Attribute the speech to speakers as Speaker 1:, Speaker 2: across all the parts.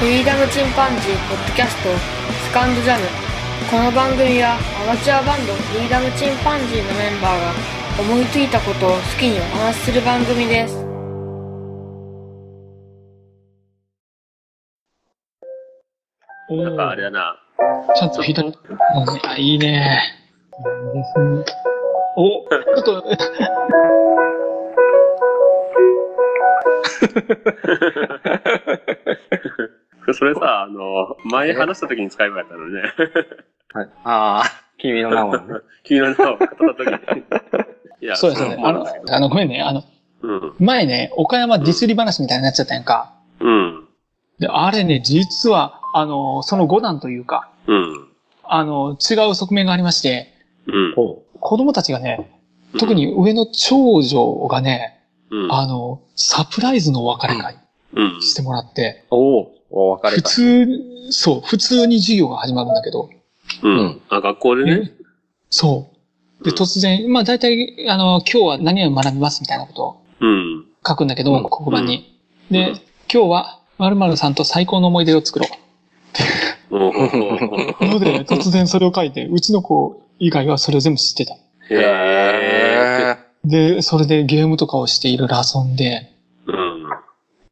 Speaker 1: フリーダムチンパンジーポッドキャストスカンドジャムこの番組はアマチュアバンドフリーダムチンパンジーのメンバーが思いついたことを好きにお話しする番組です
Speaker 2: な
Speaker 3: なん
Speaker 2: か
Speaker 3: んか
Speaker 2: あ
Speaker 3: あ
Speaker 2: れ
Speaker 3: れ
Speaker 2: だ
Speaker 3: だな。
Speaker 2: ちゃんと左、あ、いいね。いいですね。お、ちょっと、
Speaker 3: それさ、あの、前話した時に使えばよかったのにね。
Speaker 4: はい。ああ、 君の 名をね。
Speaker 3: 君の名を語った時に。いや
Speaker 2: そうですね。あの、あの、ごめんね。あの、
Speaker 3: うん。
Speaker 2: 前ね、岡山ディスり話みたいになっちゃったやんか。
Speaker 3: うん。
Speaker 2: で、あれね、実は、あの、その五段というか、
Speaker 3: うん。
Speaker 2: あの、違う側面がありまして、
Speaker 3: うん。
Speaker 4: ほ
Speaker 2: 子供たちがね、特、に上の長女がね、
Speaker 3: うん。
Speaker 2: あの、サプライズのお別れ会
Speaker 3: うん。
Speaker 2: してもらって
Speaker 4: う、。おお、お別れ
Speaker 2: 普
Speaker 4: か。
Speaker 2: 通、そう、普通に授業が始まるんだけど、
Speaker 3: うん。あ、学校でね。
Speaker 2: そう。で、
Speaker 3: うん
Speaker 2: 突然、まあ大体、あの、今日は何を学びますみたいなことを
Speaker 3: うん。
Speaker 2: 書くんだけど、
Speaker 4: うん
Speaker 2: 黒板に。で、
Speaker 3: うん
Speaker 2: 今日は、〇〇さんと最高の思い出を作ろ
Speaker 3: おー
Speaker 2: う。ので、突然それを書いて、うちの子以外はそれを全部知ってた。
Speaker 3: へえ。
Speaker 2: で、それでゲームとかをしていろいろ遊んで、
Speaker 3: うん。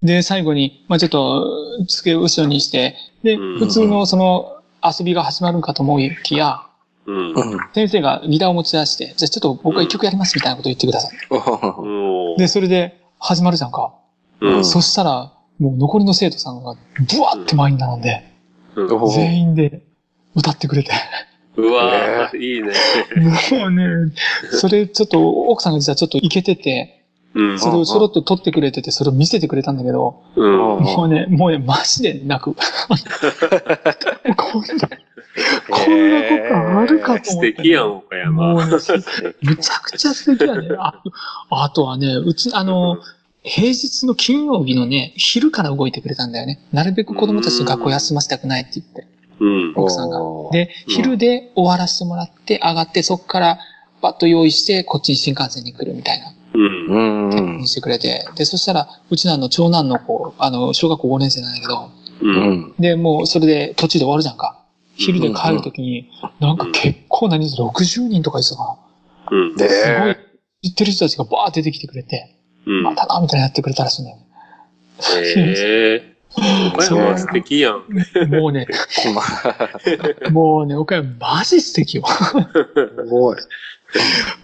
Speaker 2: で、最後に、まあちょっと、机を後ろにして、で、
Speaker 3: うん
Speaker 2: 普通のその、遊びが始まるんかと思いきや、
Speaker 3: うん。
Speaker 4: うん。
Speaker 2: 先生がギターを持ち出して、じゃあちょっと僕は一曲やりますみたいなことを言ってください。
Speaker 4: お お
Speaker 3: お
Speaker 2: で、それで始まるじゃんか。
Speaker 3: うん。
Speaker 2: そしたら、もう残りの生徒さんが、ブワって前に並んで、
Speaker 3: うん
Speaker 4: お
Speaker 2: 全員で歌ってくれて。
Speaker 3: うわー、いいね。
Speaker 2: もうね、 それちょっと、奥さんが実はちょっとイケてて、
Speaker 3: うん。
Speaker 2: それをちょろっと撮ってくれてて、それを見せてくれたんだけど、
Speaker 3: うん。
Speaker 4: うん
Speaker 2: もうね、もうね、マジで泣 く。こんな、こんなことあるかと
Speaker 3: 素
Speaker 2: 思って。
Speaker 3: 敵やん、岡山。
Speaker 2: もうね、むちゃくちゃ素敵やね。ああとはね、うち、あの、平日の金曜日のね、昼から動いてくれたんだよね。なるべく子供たちと学校休ませたくないって言って、
Speaker 3: うん。
Speaker 2: 奥さんが。
Speaker 4: お
Speaker 2: で、
Speaker 3: うん
Speaker 2: 昼で終わらせてもらって、上がって、そっから、バッと用意して、こっちに新幹線に来るみたいな、
Speaker 3: うん。
Speaker 4: うんうん
Speaker 2: に。してくれて。で、そしたら、うちのあの、長男の子、あの、小学校5年生なんだけど、
Speaker 3: う。
Speaker 4: うんん。
Speaker 2: で、もう、それで、途中で終わるじゃんか。昼で帰るときに、なんか結構な人数、60人とかいたか
Speaker 3: うん。
Speaker 2: な。すごい
Speaker 4: で、、
Speaker 2: 知ってる人たちがバーって出てきてくれて、
Speaker 3: うん
Speaker 2: ま。たな、みたいなやってくれたらしいんだよね。
Speaker 3: へえ。岡山は素敵やん。
Speaker 2: もうね、
Speaker 4: ま
Speaker 2: もうね、岡山マジ素敵よ。
Speaker 4: すごい。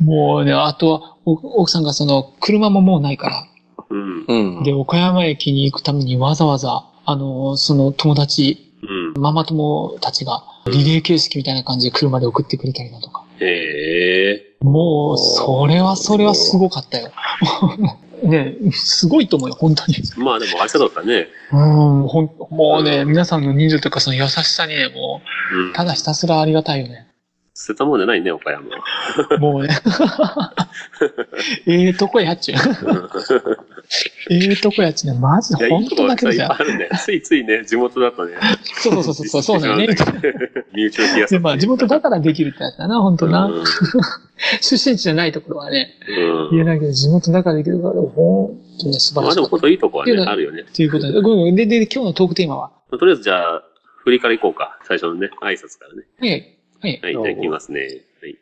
Speaker 2: もうね、あとは、お奥さんがその、車ももうないから、
Speaker 3: うん。
Speaker 4: うん。
Speaker 2: で、岡山駅に行くためにわざわざ、あのー、その友達、
Speaker 3: うん。
Speaker 2: ママ友たちがリレー形式みたいな感じで車で送ってくれたりだとか。
Speaker 3: へえ。
Speaker 2: もう、それはそれはすごかった よ。ねすごいと思うよ、本当に。
Speaker 3: まあでも、明日だったね。
Speaker 2: うん、ほん、もうね、皆さんの人情というかその優しさにね、も
Speaker 3: うん
Speaker 2: う、。ただひたすらありがたいよね。
Speaker 3: 捨てたもんじゃないね、岡山は。
Speaker 2: も うね。ええとこやっちゅう。 ええとこやっちゅうね。マジ
Speaker 3: いや、
Speaker 2: で
Speaker 3: い
Speaker 2: 本
Speaker 3: いと
Speaker 2: 当
Speaker 3: こ
Speaker 2: だ
Speaker 3: が
Speaker 2: け
Speaker 3: さ
Speaker 2: ど
Speaker 3: いっ
Speaker 2: じ
Speaker 3: ぱ
Speaker 2: ゃ
Speaker 3: いあるね。ついついね、地元だとね。
Speaker 2: そうそうそうそう、そうだよね
Speaker 3: 実。際違うんだけど。身内の冷やす
Speaker 2: で、。まあ地元だからできるってやつだな、本当な。
Speaker 3: うん
Speaker 2: 出身地じゃないところはね、
Speaker 3: う
Speaker 2: 言え
Speaker 3: ん。
Speaker 2: ないけど、地元だからできるから、ほんとね、素晴
Speaker 3: ま
Speaker 2: ら
Speaker 3: あ
Speaker 2: し
Speaker 3: で
Speaker 2: い
Speaker 3: も、
Speaker 2: こ
Speaker 3: 本
Speaker 2: と。
Speaker 3: 当いいとこはね
Speaker 2: い、や
Speaker 3: あるよね。
Speaker 2: ということで、ごめんごめんで、で、今日のトークテーマは
Speaker 3: とりあえず、じゃあ、振りからいこうか。最初のね、挨拶からね。
Speaker 2: はい、はい。
Speaker 3: はい、じゃあ行きますね。はい。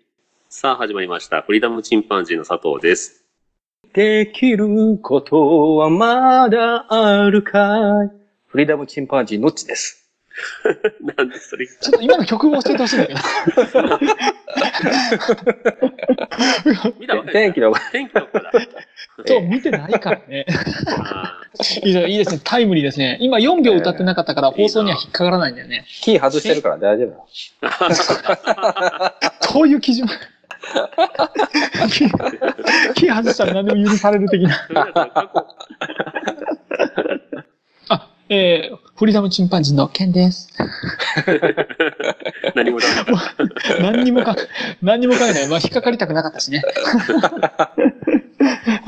Speaker 3: さあ、始まりました。フリーダムチンパンジーの佐藤です。
Speaker 4: できることはまだあるかい。フリーダムチンパンジーのっちです。
Speaker 3: なんでそれ
Speaker 2: ちょっと今の曲を教えてほしいんだ けど。
Speaker 3: 見たわけ
Speaker 4: 天気のこ
Speaker 3: 天気の子だ。
Speaker 2: そう、見てないからね。
Speaker 3: あ
Speaker 2: いいですね、タイムリーですね。今4秒歌ってなかったから放送には引っかからないんだよね。
Speaker 4: キー外してるから大丈夫だ。
Speaker 2: そういう基準。 キー外したら何でも許される的 な。
Speaker 3: ーそれだと過去
Speaker 2: あ、えー、フリーダムチンパンジーのケンです。
Speaker 3: 何もダメだから。
Speaker 2: 何にもか、何にもかけない。まあ、引っかかりたくなかったしね。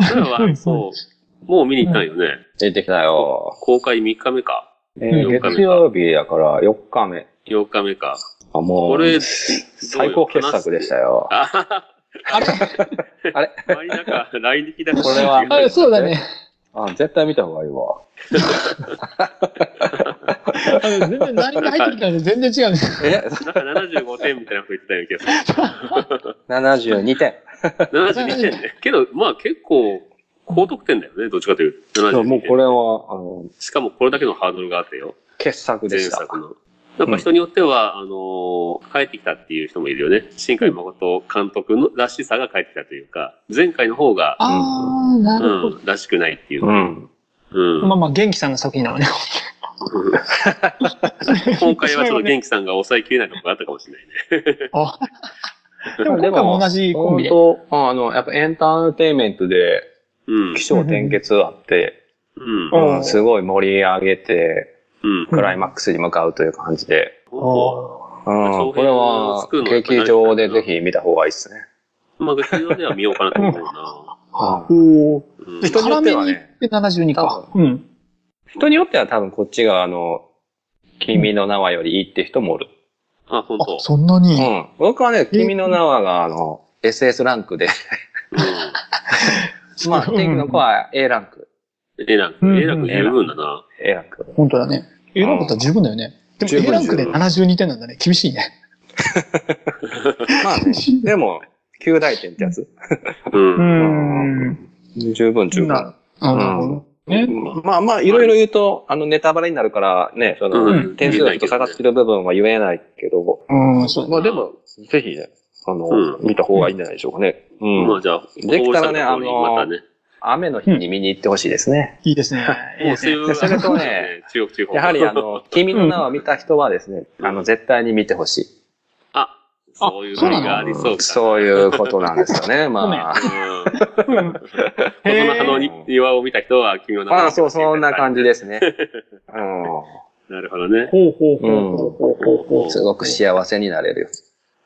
Speaker 3: それは、そう。もう見に行ったんよね。
Speaker 4: 出てきたよ。
Speaker 3: 公開3日目か。
Speaker 4: えー
Speaker 3: うん
Speaker 4: 月曜日やから4日目。
Speaker 3: 8日目か。
Speaker 4: あ、も
Speaker 3: これ
Speaker 4: う、最高傑作でしたよ。
Speaker 3: あはは
Speaker 2: あれ
Speaker 3: 前になんか、来日だ
Speaker 4: これは
Speaker 2: あ、そうだね。
Speaker 4: あ、絶対見た方がいいわ。
Speaker 2: あの全然何が入ってきたの全然違うね。
Speaker 4: え
Speaker 3: なんか75点みたいなこと言ってたような気がする。
Speaker 4: ?72 点。
Speaker 3: 72点ね。けど、まあ結構、高得点だよね、どっちかというと。72
Speaker 4: そう
Speaker 3: 点
Speaker 4: もうこれは、あの、
Speaker 3: しかもこれだけのハードルがあってよ。
Speaker 4: 傑作で
Speaker 3: 前
Speaker 4: した。
Speaker 3: 作の。なんか人によっては、あのー帰ってきたっていう人もいるよね。新海誠監督のらしさが帰ってきたというか、前回の方が、
Speaker 2: ああ、な
Speaker 3: う
Speaker 2: るほど。
Speaker 3: ん、らしくないっていう
Speaker 4: う
Speaker 3: か。
Speaker 4: ん。
Speaker 3: うん。
Speaker 2: まあまあ、元気さんの作品なのね。
Speaker 3: 今回はちょっと元気さんが抑えきれないところがあったかもしれないね。
Speaker 2: あでも今回も同じコンビで。
Speaker 4: 本当あの、やっぱエンターテインメントで、
Speaker 3: うん
Speaker 4: 気象転結あって、
Speaker 3: うん。
Speaker 2: うん
Speaker 4: うんすごい盛り上げて、
Speaker 3: うん。
Speaker 4: クライマックスに向かうという感じで。
Speaker 2: あ
Speaker 4: うん、
Speaker 3: 長編
Speaker 4: これは
Speaker 3: 作る、のは
Speaker 4: 劇場でぜひ見た方がいいですね。
Speaker 3: まあ、劇場では見ようかなと思うな。
Speaker 2: ーおー。
Speaker 3: うん
Speaker 4: 人に
Speaker 2: 辛
Speaker 4: よって
Speaker 2: め
Speaker 4: は
Speaker 2: に
Speaker 4: ね
Speaker 2: いって72か
Speaker 4: 多。
Speaker 2: うん。
Speaker 4: 人によっては多分こっちが、あの、君の名はよりいいって人もおる。
Speaker 3: あ、本
Speaker 2: あ
Speaker 3: 当、。
Speaker 2: そんなに。
Speaker 4: うん。僕はね、君の名はが、あの、SS ランクで、 まあ、
Speaker 2: うん
Speaker 4: 天気の子は A ランク。
Speaker 3: うん。えらく、えらく十分だな。
Speaker 4: A ランク。
Speaker 2: 本当だね。A ランクだったら十分だよね。で
Speaker 4: 十
Speaker 2: も
Speaker 4: 分
Speaker 2: A ランクで
Speaker 3: 十分
Speaker 2: 72点なんだね。厳しいね。
Speaker 4: ま あね、でも、9大点ってやつ。
Speaker 2: う
Speaker 3: う。
Speaker 2: んん。
Speaker 4: 十分十分。
Speaker 2: ななるほど。ね。
Speaker 4: まあまあ、いろいろ言うと、あの、ネタバレになるから、ね、その、
Speaker 2: うん
Speaker 4: 点数がちょっと下がってる部分は言えないけど、
Speaker 2: うん、そう。
Speaker 4: まあでも、ぜひね、あの、
Speaker 3: う
Speaker 4: 見た方がいいんじゃないでしょうかね。う
Speaker 3: まあ
Speaker 4: ん。
Speaker 3: じゃあ、
Speaker 4: できたらね
Speaker 3: 大阪の方にまたね。
Speaker 4: 雨の日に見に行ってほしいですね。
Speaker 2: いいですね。
Speaker 3: も うそういう、
Speaker 4: それとね、
Speaker 3: 中国地方。
Speaker 4: やはり あ、の、君の名を見た人はですね、あの、絶対に見てほしい。
Speaker 3: あ、そういうのがありそうか。
Speaker 4: そういうことなんですよね、 まあ。
Speaker 3: うん。
Speaker 2: うん
Speaker 3: 大人の庭を見た人は君の名前
Speaker 4: ああ、そう、そんな感じですね。
Speaker 3: じ。なるほどね。
Speaker 2: ほうほう
Speaker 4: う
Speaker 2: ほう。
Speaker 4: ん。う
Speaker 2: ほ
Speaker 4: ん。
Speaker 2: うほうほう。
Speaker 4: すごく幸せになれるよ。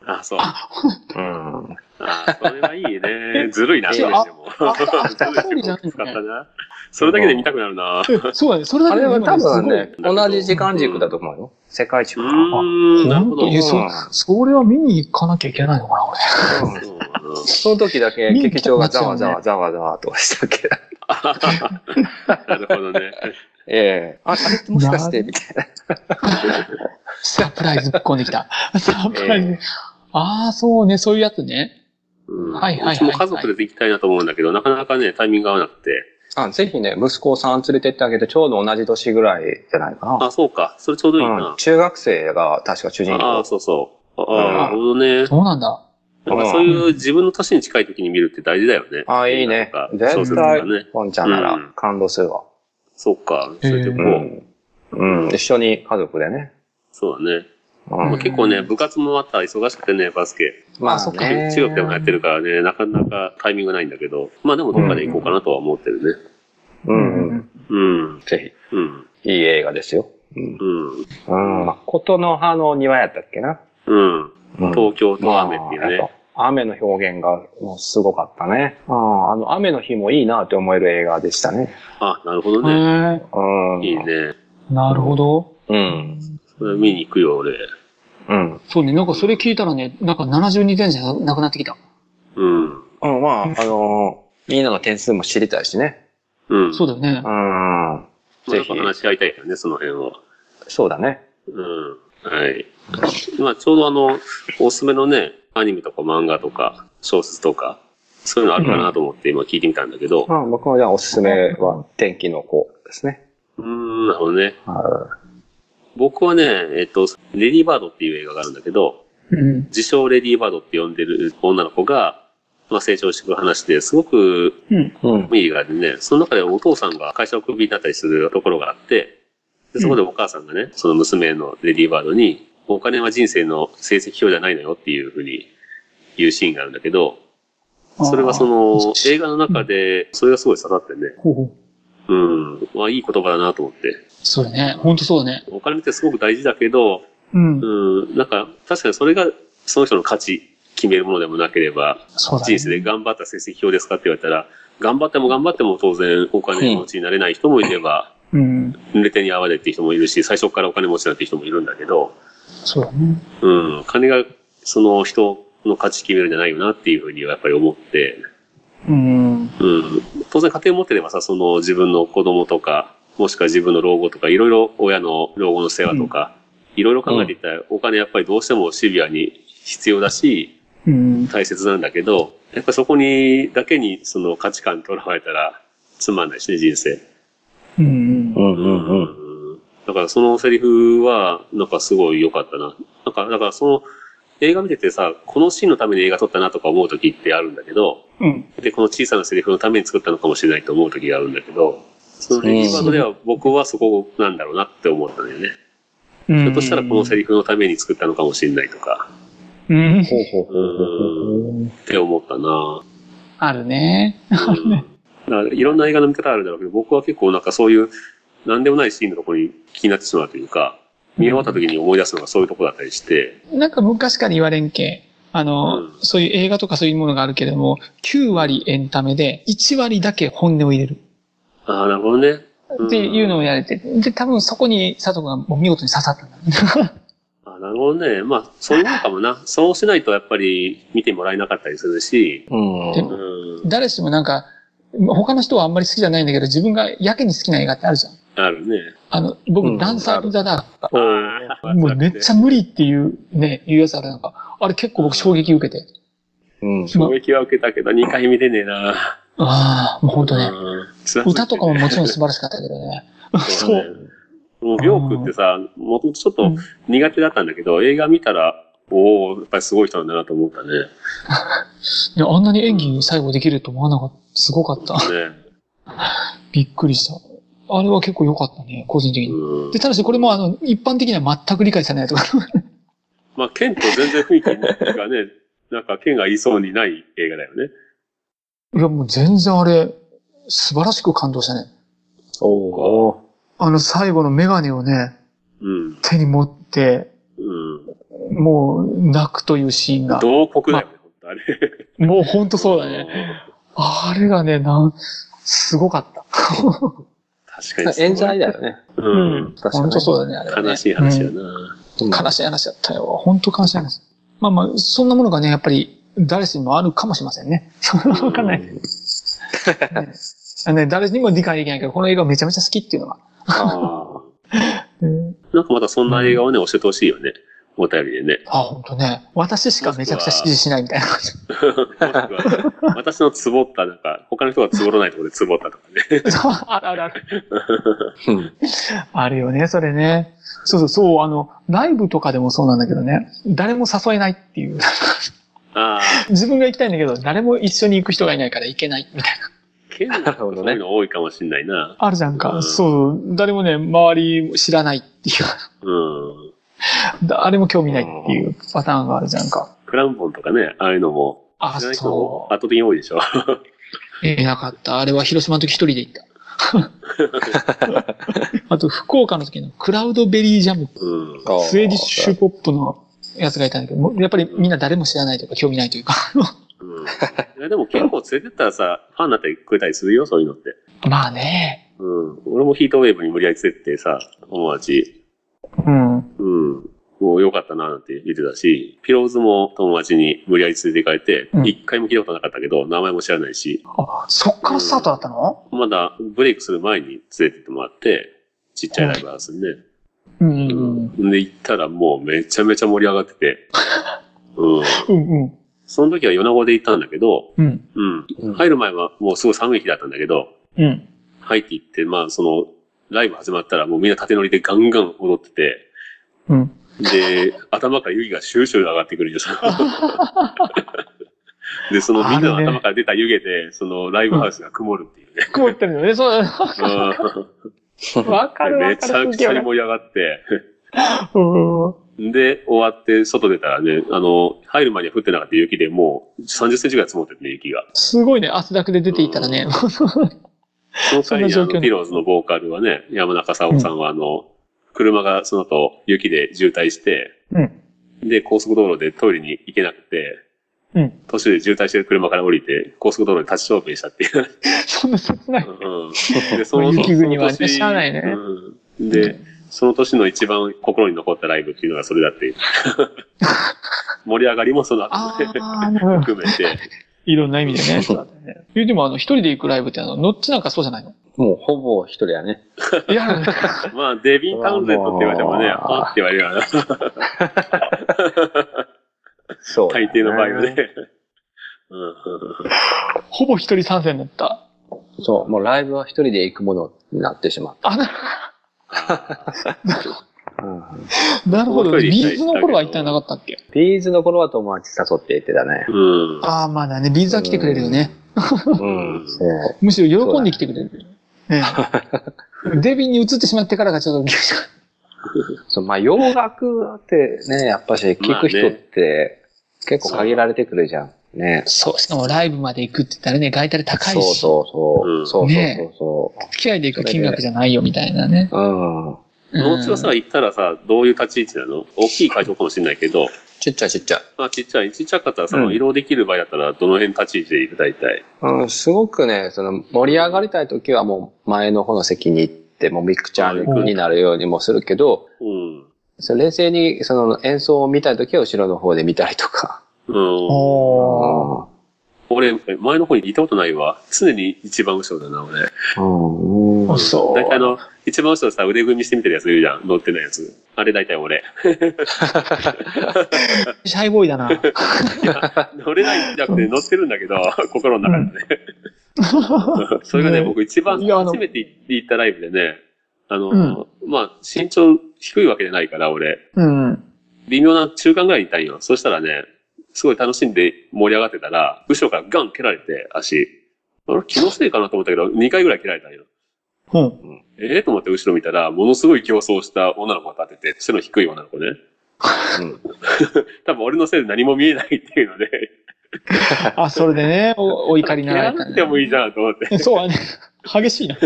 Speaker 3: あ、そう。
Speaker 4: うん。
Speaker 3: あ、それはいいね。ずるいな、
Speaker 4: え
Speaker 3: それでも。
Speaker 2: あアフターストーリーじゃない
Speaker 3: 使った
Speaker 2: のね。
Speaker 3: な。それだけで見たくなるな。
Speaker 2: えそうだね。それだ
Speaker 4: あ
Speaker 2: け
Speaker 4: れ
Speaker 2: で
Speaker 4: は
Speaker 2: 今
Speaker 4: 多
Speaker 2: ねすご
Speaker 4: 分
Speaker 2: い
Speaker 4: ね、同じ時間軸だと思うよ。世界一
Speaker 3: う
Speaker 4: かな。
Speaker 3: ーん、なるほ
Speaker 2: 本当
Speaker 3: ど。
Speaker 2: にそううんそれは見に行かなきゃいけないのかな、俺。
Speaker 4: うん
Speaker 3: そうだな
Speaker 4: その時だけ劇場がざわざわざわざわとしたけど。
Speaker 3: なるほどね。
Speaker 4: ええああれってもしかしてみたいな。
Speaker 2: サプライズぶっ込んでき た。サプライズ。ああ、そうね、そういうやつね。
Speaker 3: うん
Speaker 2: はいはいはいう
Speaker 3: ちも家族で行きたいなと思うんだけど、なかなかね、タイミングが合わなくて。
Speaker 4: あ、ぜひね、息子さん連れてってあげて、ちょうど同じ年ぐらいじゃないかな。
Speaker 3: あ、そうか。それちょうどいい
Speaker 4: うん
Speaker 3: な。
Speaker 4: 中学生が確か主人
Speaker 3: ああ、
Speaker 4: 公。
Speaker 3: そうそう。ああ、な
Speaker 4: うん
Speaker 3: るほどね。
Speaker 2: そうなんだ。
Speaker 3: なんかそういう自分の年に近い時に見るって大事だよね。
Speaker 4: ああ、いいね
Speaker 3: なん。か小説
Speaker 4: 絶
Speaker 3: とか
Speaker 4: 対
Speaker 3: ね。、
Speaker 4: ポンちゃんな
Speaker 3: う
Speaker 4: ら
Speaker 3: ん
Speaker 4: 感動するわ。
Speaker 3: そうか。そういうと
Speaker 4: う
Speaker 3: こも。
Speaker 4: ん。うん。一緒に家族でね。
Speaker 3: そうだね。
Speaker 4: う
Speaker 3: まあ
Speaker 4: ん。
Speaker 3: 結構ね、部活もまた忙しくてね、バスケ。
Speaker 4: ま
Speaker 2: あそっか
Speaker 4: ね
Speaker 3: 中学でもやってるからね、なかなかタイミングないんだけど、まあでもどっかで行こうかなとは思ってるね。
Speaker 4: うんうん。
Speaker 3: うん。
Speaker 4: ぜ
Speaker 3: うん。
Speaker 4: ひ、いい映画ですよ。うん。
Speaker 3: うん。
Speaker 4: うん。ことの葉の庭やったっけな。
Speaker 3: うん。
Speaker 4: うん
Speaker 3: 東京と雨っていう
Speaker 4: まあやっ
Speaker 3: ね
Speaker 4: ぱ。雨の表現がもうすごかったね。うんあの雨の日もいいなって思える映画でしたね。
Speaker 3: あ、なるほど
Speaker 2: へ
Speaker 3: ね。
Speaker 2: え、
Speaker 4: うん。
Speaker 3: いい。ね。
Speaker 2: なるほど。
Speaker 4: うん。
Speaker 3: それ見に行くよ、俺。
Speaker 4: うん。
Speaker 2: そうね、なんかそれ聞いたらね、なんか72点じゃなくなってきた。
Speaker 3: うん。
Speaker 4: うん、まあ、あのーみんなの点数も知りたいしね。
Speaker 3: うん。
Speaker 2: そう
Speaker 3: だ。
Speaker 2: だよね
Speaker 4: う。ん。
Speaker 3: や
Speaker 4: ぜ
Speaker 3: っぱ
Speaker 4: ひ。
Speaker 3: 話し合いたいよね、その辺は。
Speaker 4: そうだね。
Speaker 3: うん。はい。今ちょうどあの、おすすめのね、アニメとか漫画とか、小説とか、そういうのあるかなと思って今聞いてみたんだけど、
Speaker 4: まあ、僕もじゃあおすすめは天気の子ですね。
Speaker 3: うん、なるほどね。
Speaker 4: は
Speaker 3: 僕はね、えっと、レディーバードっていう映画があるんだけど、
Speaker 2: うん。
Speaker 3: 自称レディーバードって呼んでる女の子が、まあ成長していく話ですごく
Speaker 2: うん。
Speaker 4: いうん。
Speaker 3: いい映画でね、その中でお父さんが会社をクビになったりするところがあって、でそこでお母さんがね、その娘のレディーバードに、お金は人生の成績表じゃないのよっていうふうに言うシーンがあるんだけど、それはその映画の中で、それがすごい刺さってね、
Speaker 2: ほうほう。
Speaker 3: うん、まあいい言葉だなと思って。
Speaker 2: そうだね。ほんとそうだね。
Speaker 3: お金ってすごく大事だけど、
Speaker 2: うん。
Speaker 3: うん、なんか確かにそれがその人の価値決めるものでもなければ、
Speaker 2: そうだね
Speaker 3: 人。生で頑張った成績表ですかって言われたら、頑張っても頑張っても当然お金持ちになれない人もいれば、
Speaker 2: うん。
Speaker 3: 濡れ手に合われって人もいるし、最初からお金持ちなんて人もいるんだけど、
Speaker 2: そうだね。
Speaker 3: うん、金がその人の価値決めるんじゃないよなっていうふうにはやっぱり思って、
Speaker 2: うん。
Speaker 3: うん。当然家庭持ってればさ、その自分の子供とか、もしくは自分の老後とか、いろいろ親の老後の世話とか、いろいろ考えていったら、お金やっぱりどうしてもシビアに必要だし、
Speaker 2: うん。
Speaker 3: 大切なんだけど、やっぱりそこに、だけにその価値観にとらわれたら、つまんないしね、人生。
Speaker 2: うん。
Speaker 4: んうんう
Speaker 3: うんだからそのセリフは、なんかすごい良かったな。なんか、だからその、映画見ててさ、このシーンのために映画撮ったなとか思う時ってあるんだけど、
Speaker 2: うん。
Speaker 3: で、この小さなセリフのために作ったのかもしれないと思う時があるんだけど、そのレディーバードでは僕はそこなんだろうなって思ったんだよね。
Speaker 2: うん。
Speaker 3: ひょっとしたらこのセ
Speaker 2: リ
Speaker 3: リフのために作ったのかもしれないとか、
Speaker 2: フ。うん。
Speaker 4: ほうほうほうほう。
Speaker 3: って思ったな
Speaker 2: あるね。
Speaker 3: うんだからいろんな映画の見方あるだろうけど、僕は結構なんかそういう、なんでもないシーンのところに気になってしまうというか、見終わった時に思い出すのがそういうとこだったりして、
Speaker 2: なんか昔から言われんけ、あの、
Speaker 3: うん
Speaker 2: そういう映画とかそういうものがあるけれども、9割エンタメで1割だけ本音を入れる
Speaker 3: ああ、なるほどね。ん
Speaker 2: っていうのをやれて、で、多分そこに佐藤がもう見事に刺さったんだ ね。
Speaker 3: あなるほどね。まあ、そういうもんかもな。そうしないとやっぱり見てもらえなかったりするし、
Speaker 4: うん。
Speaker 2: で
Speaker 3: うん、
Speaker 2: 誰しもなんか、他の人はあんまり好きじゃないんだけど、自分がやけに好きな映画ってあるじゃん。
Speaker 3: あるね。
Speaker 2: あの、
Speaker 4: う
Speaker 2: 僕、
Speaker 4: ん
Speaker 2: ダンサー・ザ・ダー
Speaker 3: あ
Speaker 2: もうめっちゃ無理っていうね、いうやつあるなんか、あれ結構僕衝撃受けて。
Speaker 4: うん。
Speaker 3: 衝撃は受けたけど、2回見れねえな。
Speaker 2: ああ、もうほんとね。
Speaker 3: うん
Speaker 2: 歌とかももちろん素晴らしかったけどね。
Speaker 3: そうだね。もう、ビョークってさ、もともとちょっ
Speaker 2: う
Speaker 3: と
Speaker 2: ん
Speaker 3: 苦手だったんだけど、映画見たら、おおやっぱりすごい人なんだなと思ったね。
Speaker 2: いや、あんなに演技最後できると思わなかった。すごかった。
Speaker 3: ね
Speaker 2: びっくりした。あれは結構良かったね、個人的に。
Speaker 3: うん
Speaker 2: で、ただしこれもあの、一般的には全く理解されないとか。
Speaker 3: まあ、剣と全然雰囲気がね、なんか剣が言いそうにない映画だよね。
Speaker 2: いや、もう全然あれ、素晴らしく感動したね。
Speaker 4: おー
Speaker 2: あの、最後のメガネをね、
Speaker 3: うん。
Speaker 2: 手に持って、
Speaker 3: うん。
Speaker 2: もう泣くというシーンが。
Speaker 3: 同国だよね、本当あれ。
Speaker 2: もうほんとそうだね。あれがね、なん、すごかった。
Speaker 3: 確かに。
Speaker 4: 冤罪だよね。
Speaker 3: う。
Speaker 2: うん
Speaker 4: 確かに
Speaker 2: ほんとそうだね、あれはね。
Speaker 3: 悲しい話やな。
Speaker 4: うん
Speaker 2: 悲しい話だったよ。本当悲しい話。まあまあ、そんなものがね、やっぱり誰しにもあるかもしれませんね。それはわかんない。ねあのね、誰にも理解できないけど、この映画めちゃめちゃ好きっていうのは。
Speaker 3: あ
Speaker 2: うん
Speaker 3: あ。なんかまたそんな映画をね、教えてほしいよね。お便りでね。
Speaker 2: あ、本当ね。私しかめちゃくちゃ支持しないみたいな感じ。
Speaker 3: もしくは私のつぼった、なんか、他の人がつぼらないところでつぼったとか ね。
Speaker 2: あるあるある。
Speaker 4: うん
Speaker 2: あるよね、それね。そうそう、そう、あの、ライブとかでもそうなんだけどね。誰も誘えないっていう。
Speaker 3: ああ、
Speaker 2: 自分が行きたいんだけど、誰も一緒に行く人がいないから行けないみたいな。
Speaker 3: 県外とかそういうの多いかもしんないな。
Speaker 2: あるじゃん
Speaker 3: う
Speaker 2: か。
Speaker 3: ん
Speaker 2: そう、誰もね、周り知らないっていう。
Speaker 3: うん。
Speaker 2: 誰も興味ないっていうパターンがあるじゃんか。
Speaker 3: クランボンとかね、ああいうのも。
Speaker 2: あ、
Speaker 3: 知らない人も
Speaker 2: そう
Speaker 3: 圧。倒的に多いで しょ。
Speaker 2: え、なかった。あれは広島の時一人で行 った。あと、福岡の時のクラウドベリージャム。
Speaker 3: うん。
Speaker 2: スウェーディッシュポップのやつがいたんだけど、もうやっぱりみんな誰も知らないというか、興味ないというか。
Speaker 3: うん、いやでも結構連れてったらさ、ファンになってくれたりするよ、そういうのって。
Speaker 2: まあね。
Speaker 3: うん。俺もヒートウェーブに無理やり連れてってさ、友達、
Speaker 2: うん。
Speaker 3: うん。もう良かったななんて言ってたし、ピローズも友達に無理やり連れて行かれて
Speaker 2: う、ん
Speaker 3: 一、回も聞いたことなかったけど、名前も知らないし、
Speaker 2: あ、そっからスタートだったの
Speaker 3: まだブレイクする前に連れてってもらって、ちっちゃいライブハウスにね。
Speaker 2: う。
Speaker 3: うんん。で、行ったらもうめちゃめちゃ盛り上がってて。 う
Speaker 2: う
Speaker 3: ん。
Speaker 2: んうん。
Speaker 3: その時は米子で行ったんだけど、
Speaker 2: うん。
Speaker 3: うん。
Speaker 4: うん
Speaker 3: 入る前はもうすごい寒い日だったんだけど、
Speaker 2: うん。
Speaker 3: 入って行って、まあその、ライブ始まったらもうみんな縦乗りでガンガン踊ってて、
Speaker 2: うん。
Speaker 3: で、頭から湯気がシューシュー上がってくるんですよ。で、そのみんなの
Speaker 2: あるね
Speaker 3: 頭から出た湯気で、そのライブハウスが曇るっていう ね。
Speaker 2: 曇ってるのね。そう、わかる
Speaker 3: うん
Speaker 2: わ
Speaker 3: め
Speaker 2: か
Speaker 3: ちゃ
Speaker 2: る。
Speaker 3: くちゃに盛り上がって、
Speaker 2: うん
Speaker 3: で、終わって、外出たらね、あの、入る前には降ってなかった雪で、もう30センチぐらい積もってて、ね、雪が。
Speaker 2: すごいね、汗だくで出ていったらね。
Speaker 3: その際に、あ
Speaker 2: そんな状況
Speaker 3: の、
Speaker 2: に
Speaker 3: ピローズのボーカルはね、山中沙央さんは、あの、車がその後、雪で渋滞して、
Speaker 2: うん。
Speaker 3: で、高速道路でトイレに行けなくて、
Speaker 2: うん。
Speaker 3: 途中で渋滞してる車から降りて、高速道路に立ち小便したっ ていう。
Speaker 2: そんな切ない。
Speaker 3: うん。で、その
Speaker 2: 雪国はね
Speaker 3: その年
Speaker 2: しゃあないね
Speaker 3: うんで、その年の一番心に残ったライブっていうの がそれだっていう。盛り上がりもその後
Speaker 2: あ
Speaker 3: で
Speaker 2: あ、なるほど。
Speaker 3: 含めて、
Speaker 2: いろんな意味でね。そうだったね言うても、あの、一人で行くライブって、あの、ノッチなんかそうじゃないの
Speaker 4: もうほぼ一人やね。
Speaker 2: いや、なんか
Speaker 3: まあ、デビン・タウンゼットって言われてもね、
Speaker 4: あー
Speaker 3: あって言われるような、
Speaker 4: そう、
Speaker 3: 大抵の場合は ね。。うんうん
Speaker 2: ほぼ一人参戦だった。
Speaker 4: そう、もうライブは一人で行くものになってしまっ
Speaker 2: あ、な
Speaker 4: た。うん
Speaker 2: なるほど。
Speaker 3: もう一人
Speaker 2: ビ
Speaker 3: 行った
Speaker 2: ーズの頃は一体なかったっけ
Speaker 4: ビーズの頃は友達誘って行ってたね。
Speaker 3: うん。うん。
Speaker 2: ああ、まあだね。ビーズは来てくれるよね。
Speaker 4: うん。そう。
Speaker 2: むしろ喜んで来てくれる。ええデビンに移ってしまってからがちょっと、
Speaker 4: そうまあ洋楽ってね、やっぱし聞く人って結構限られてくるじゃん。ね。
Speaker 2: そう、しかもライブまで行くって言ったらね、外体高いし、
Speaker 4: そうそうそう。
Speaker 3: うん
Speaker 4: そう
Speaker 2: ね
Speaker 4: そうそう
Speaker 2: 付き合いで行く金額じゃないよみたいなね。
Speaker 4: そう。うん。
Speaker 3: 農地はさ、行ったらさ、どういう立ち位置なの大きい会場かもしれないけど、
Speaker 4: ちっちゃいちっちゃい。
Speaker 3: まあちっちゃい、ちっちゃかったら、そ
Speaker 4: うん
Speaker 3: の移動できる場合だったら、どの辺立ち位置でいる大体。
Speaker 4: うん、すごくね、その盛り上がりたい時はもう前の方の席に行って、もうミクチャーになるようにもするけど、
Speaker 3: うん。
Speaker 4: その冷静にその演奏を見たい時は後ろの方で見たりとか。
Speaker 3: うん。
Speaker 2: おー。
Speaker 4: あ
Speaker 3: 俺、前の方にいたことないわ。常に一番後ろだな、俺。
Speaker 4: あ。うん。
Speaker 2: あそう
Speaker 3: 大体あの、一番後ろでさ、腕組みしてみてるやついるじゃん。乗ってないやつ。あれ大体俺。
Speaker 2: シャイボーイだな。
Speaker 3: 乗れないんじゃなくて乗ってるん だけど、心の中でね。それがね、
Speaker 2: ね
Speaker 3: 僕一番
Speaker 2: いやあの
Speaker 3: 初めて行ったライブでね、あの、
Speaker 2: うん
Speaker 3: まあ、身長低いわけじゃないから、俺。
Speaker 2: うん。
Speaker 3: 微妙な中間ぐらいにいたんよ。そしたらね、すごい楽しんで盛り上がってたら、後ろからガン蹴られて、足。あれ気のせいかなと思ったけど、2回ぐらい蹴られたんよ。
Speaker 2: うん。
Speaker 3: ええと思って後ろ見たら、ものすごい競争した女の子が立ってて、背の低い女の子ね。
Speaker 4: うん
Speaker 3: 多分俺のせいで何も見えないっていうので、
Speaker 2: あ、それでね、おお怒り
Speaker 3: 蹴
Speaker 2: になら
Speaker 3: ら
Speaker 2: れた
Speaker 3: なくてもいいじゃんと思って、
Speaker 2: ね。そうはね。激しいな。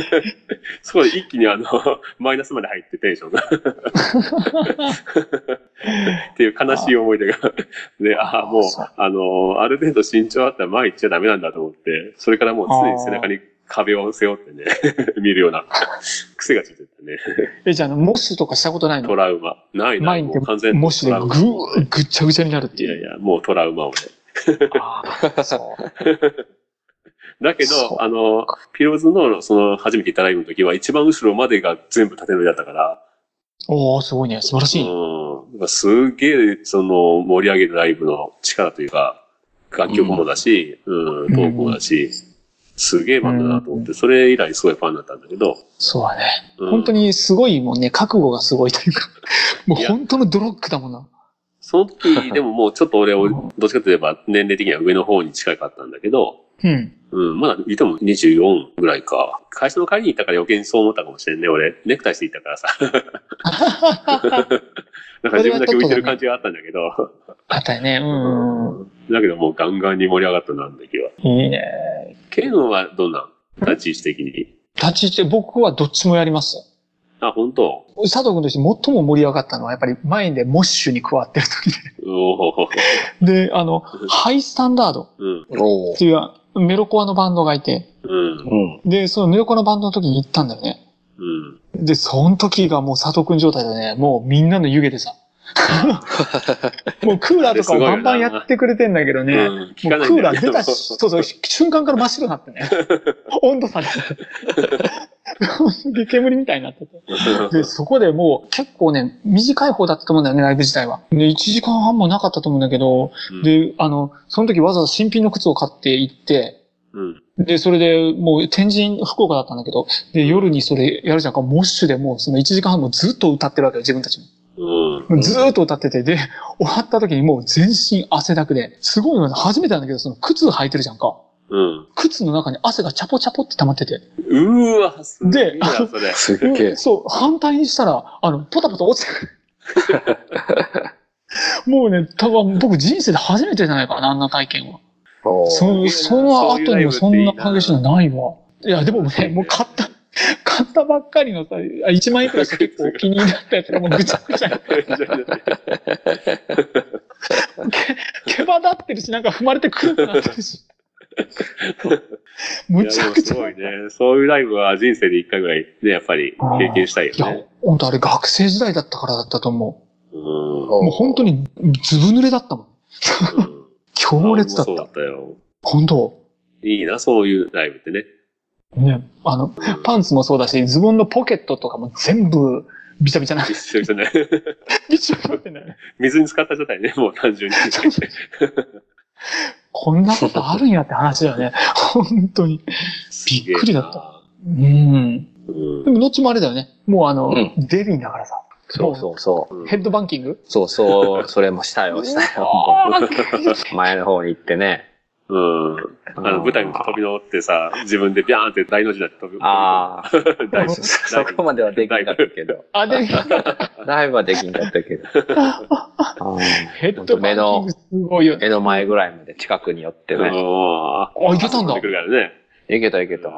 Speaker 3: そこで一気にあの、 マイナスまで入ってテンシ ョンが。っていう悲しい思い出が。で、ああ、もう
Speaker 2: そう、
Speaker 3: あの、ある程度身長あったら前行っちゃダメなんだと思って、それからもう常に背中に壁を背負ってね、見るような癖がついてたね。
Speaker 2: え、じゃあ、あのモッシュとかしたことない
Speaker 3: ト
Speaker 2: の
Speaker 3: ラウマ。ないな、
Speaker 2: 前に
Speaker 3: も
Speaker 2: 行
Speaker 3: う
Speaker 2: っ
Speaker 3: 完
Speaker 2: て、
Speaker 3: 全に
Speaker 2: モッシ
Speaker 3: トラウ
Speaker 2: ュ
Speaker 3: マ。
Speaker 2: でぐー、ぐっちゃぐちゃになるって
Speaker 3: い
Speaker 2: い。
Speaker 3: やいうや、もうトラウマ俺。
Speaker 2: あーそ
Speaker 3: だけ
Speaker 2: そう
Speaker 3: ど、あの、ピローズの、その、初めて行ったライブの時は、一番後ろまでが全部縦乗りだったから、
Speaker 2: うおー、すごいね。素晴らしい。
Speaker 3: うん。すげえ、その、盛り上げるライブの力というか、楽曲もだし、うん、
Speaker 2: う
Speaker 3: 投
Speaker 2: ん
Speaker 3: 稿だし、すげえバンドだなと思って、それ以来すごいファンだったんだけど、
Speaker 2: そうだね。
Speaker 3: うん
Speaker 2: 本当にすごいもんね。覚悟がすごいというか。もう本当のドロックだもんな。
Speaker 3: その時、でももうちょっと俺、どっちかといえば年齢的には上の方に近かったんだけど、
Speaker 2: うん。
Speaker 3: うん、まだいても24ぐらいか。会社の帰りに行ったから余計にそう思ったかもしれんね。俺、ネクタイして行ったから さ。なんか自分だけ浮いてる感じがあったんだけど。
Speaker 2: あったよね。うん。
Speaker 3: だけどもうガンガンに盛り上がったな、あの時は。
Speaker 2: いいね。
Speaker 3: ケンはどんなん立ち位置的に。
Speaker 2: 立ち位置、僕はどっちもやりますよ。
Speaker 3: あ、本当
Speaker 2: 佐藤君として最も盛り上がったのは、やっぱり前でモッシュに加わってる時
Speaker 3: うおー
Speaker 2: で。で、あの、ハイスタンダード
Speaker 3: うん、
Speaker 4: おう
Speaker 2: っていうメロコアのバンドがいて、
Speaker 3: うん、
Speaker 4: うん。
Speaker 2: で、そのメロコアのバンドの時に行ったんだよね。
Speaker 3: うん。
Speaker 2: で、その時がもう佐藤君状態でね、もうみんなの湯気で さ。もうクーラーとかをバンバンやってくれてんだけどね。
Speaker 3: うん聞
Speaker 2: も
Speaker 3: か
Speaker 2: う
Speaker 3: ない
Speaker 2: ク
Speaker 3: ん
Speaker 2: ー
Speaker 3: だ
Speaker 2: ラー出
Speaker 3: けど
Speaker 2: たし、そうそう、瞬間から真っ白になって ね。温度差で。で煙みたいになってて。で、 そこでもう結構ね、短い方だったと思うんだよね、ライブ自体は。で、1時間半もなかったと思うんだけど、で、あの、その時わざわざ新品の靴を買って行って、
Speaker 3: うん、
Speaker 2: で、それでもう天神、福岡だったんだけど、で、夜にそれやるじゃんか、モッシュでもうその1時間半もずっと歌ってるわけよ、自分たちも。
Speaker 3: うん。
Speaker 2: ずーっと歌ってて、で、終わった時にもう全身汗だくで、すごいのが初めてなんだけど、その靴履いてるじゃんか。
Speaker 3: うん。
Speaker 2: 靴の中に汗がチャポチャポって溜まってて。
Speaker 3: うーわ、すげえな、それ。
Speaker 4: すっげえ。
Speaker 2: そう、反対にしたら、あの、ポタポタ落ちてくる。 もうね、多分僕人生で初めてじゃないかな、あんな体験は。
Speaker 4: おう
Speaker 2: そその後にもそんな激しいのないわ。いや、でも ね、もう買った、買ったばっかりのさ、あ1万いくらして結構お気に入りだったやつがもうぐちゃぐちゃ。毛羽立ってるし、なんか踏まれてくるくなってるし。
Speaker 3: い
Speaker 2: む
Speaker 3: や
Speaker 2: ち
Speaker 3: で
Speaker 2: ゃ
Speaker 3: も
Speaker 2: くち
Speaker 3: す
Speaker 2: ゃ。
Speaker 3: ごいね。そういうライブは人生で一回ぐらいね、やっぱり経験したい
Speaker 2: いや
Speaker 3: よね。、
Speaker 2: 本当あれ学生時代だったからだったと思
Speaker 3: うん。
Speaker 2: う。もう本当にずぶ濡れだったもん。
Speaker 3: うん
Speaker 2: 強烈だっ
Speaker 3: 俺もそうだ
Speaker 2: た
Speaker 3: っ。たよ。
Speaker 2: 本当
Speaker 3: いいな、そういうライブってね。
Speaker 2: ね、あの、
Speaker 3: うん
Speaker 2: パンツもそうだし、ズボンのポケットとかも全部、びちゃびちゃな、
Speaker 3: 一緒にね。
Speaker 2: びちゃびちゃってない。
Speaker 3: 水に浸かった状態ね、もう単 純に。
Speaker 2: こんなことあるんやって話だよね。 本当に。びっくりだった
Speaker 3: た。
Speaker 2: うん。
Speaker 3: うん
Speaker 2: で。も、どっちもあれだよね。もうあの、
Speaker 4: うん
Speaker 2: デビーだからさ。
Speaker 4: そうそうそう。
Speaker 2: ヘッドバンキング
Speaker 4: そうそう、それもしたよ、 したよ。
Speaker 2: あー
Speaker 4: 前の方に行ってね。
Speaker 3: うん。あの、舞台に飛び乗ってさ、自分でビャーンって大の字になって飛び
Speaker 4: ああ、
Speaker 3: あ。大の字
Speaker 4: そこまではできなかったけど。
Speaker 2: あ、 デビー。
Speaker 4: ライブはできんかったけど。うん
Speaker 2: ヘッドバンキングすごいよね。
Speaker 4: 目の前ぐらいまで近くに寄ってね。
Speaker 3: あ
Speaker 2: あいけたんだ
Speaker 3: くるからね。
Speaker 4: いけたいけた。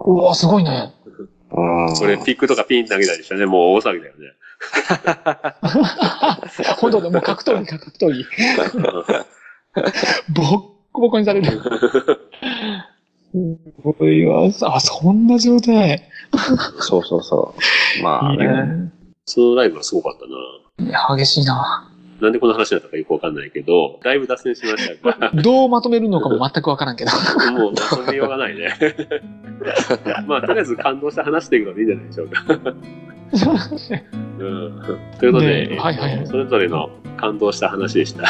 Speaker 2: うわ、すごいね。
Speaker 4: うん
Speaker 3: それ、ピックとかピン投げたりしたね、もう大騒ぎだよね。
Speaker 2: 本当だ、もう格闘技か、格闘 技。ボッコボコにされる。すごいわ。あ、そんな状態。
Speaker 4: そうそうそう。まあ
Speaker 2: いい
Speaker 4: ね。
Speaker 2: ね。
Speaker 3: そのライブはすごかったな。
Speaker 2: いや激しいな。
Speaker 3: なんでこの話になったかよくわかんないけど、だいぶ脱線しましたが、
Speaker 2: どうまとめるのかも全くわから んけど。
Speaker 3: もうまとめようがないね。 まあ、とりあえず感動して話していくのでいいんじゃないでしょうか。うん、ということで、
Speaker 2: ねはいはいはい
Speaker 3: それぞれの感動した話 でした。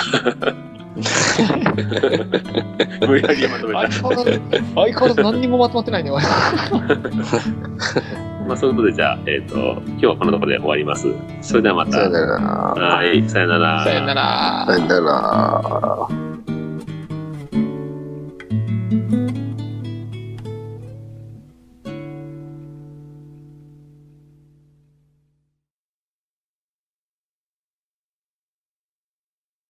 Speaker 3: 無理やりまと
Speaker 2: 相
Speaker 3: めた。
Speaker 2: 変わらず、相変わらず何にもまとまってないね、俺。
Speaker 3: まあ、そういうことで、じゃあ、えっ、と、今日はこのところで終わります。それではまた。
Speaker 4: さよなら。
Speaker 3: はい、さよなら。
Speaker 2: さよなら。
Speaker 4: 啊さよなら。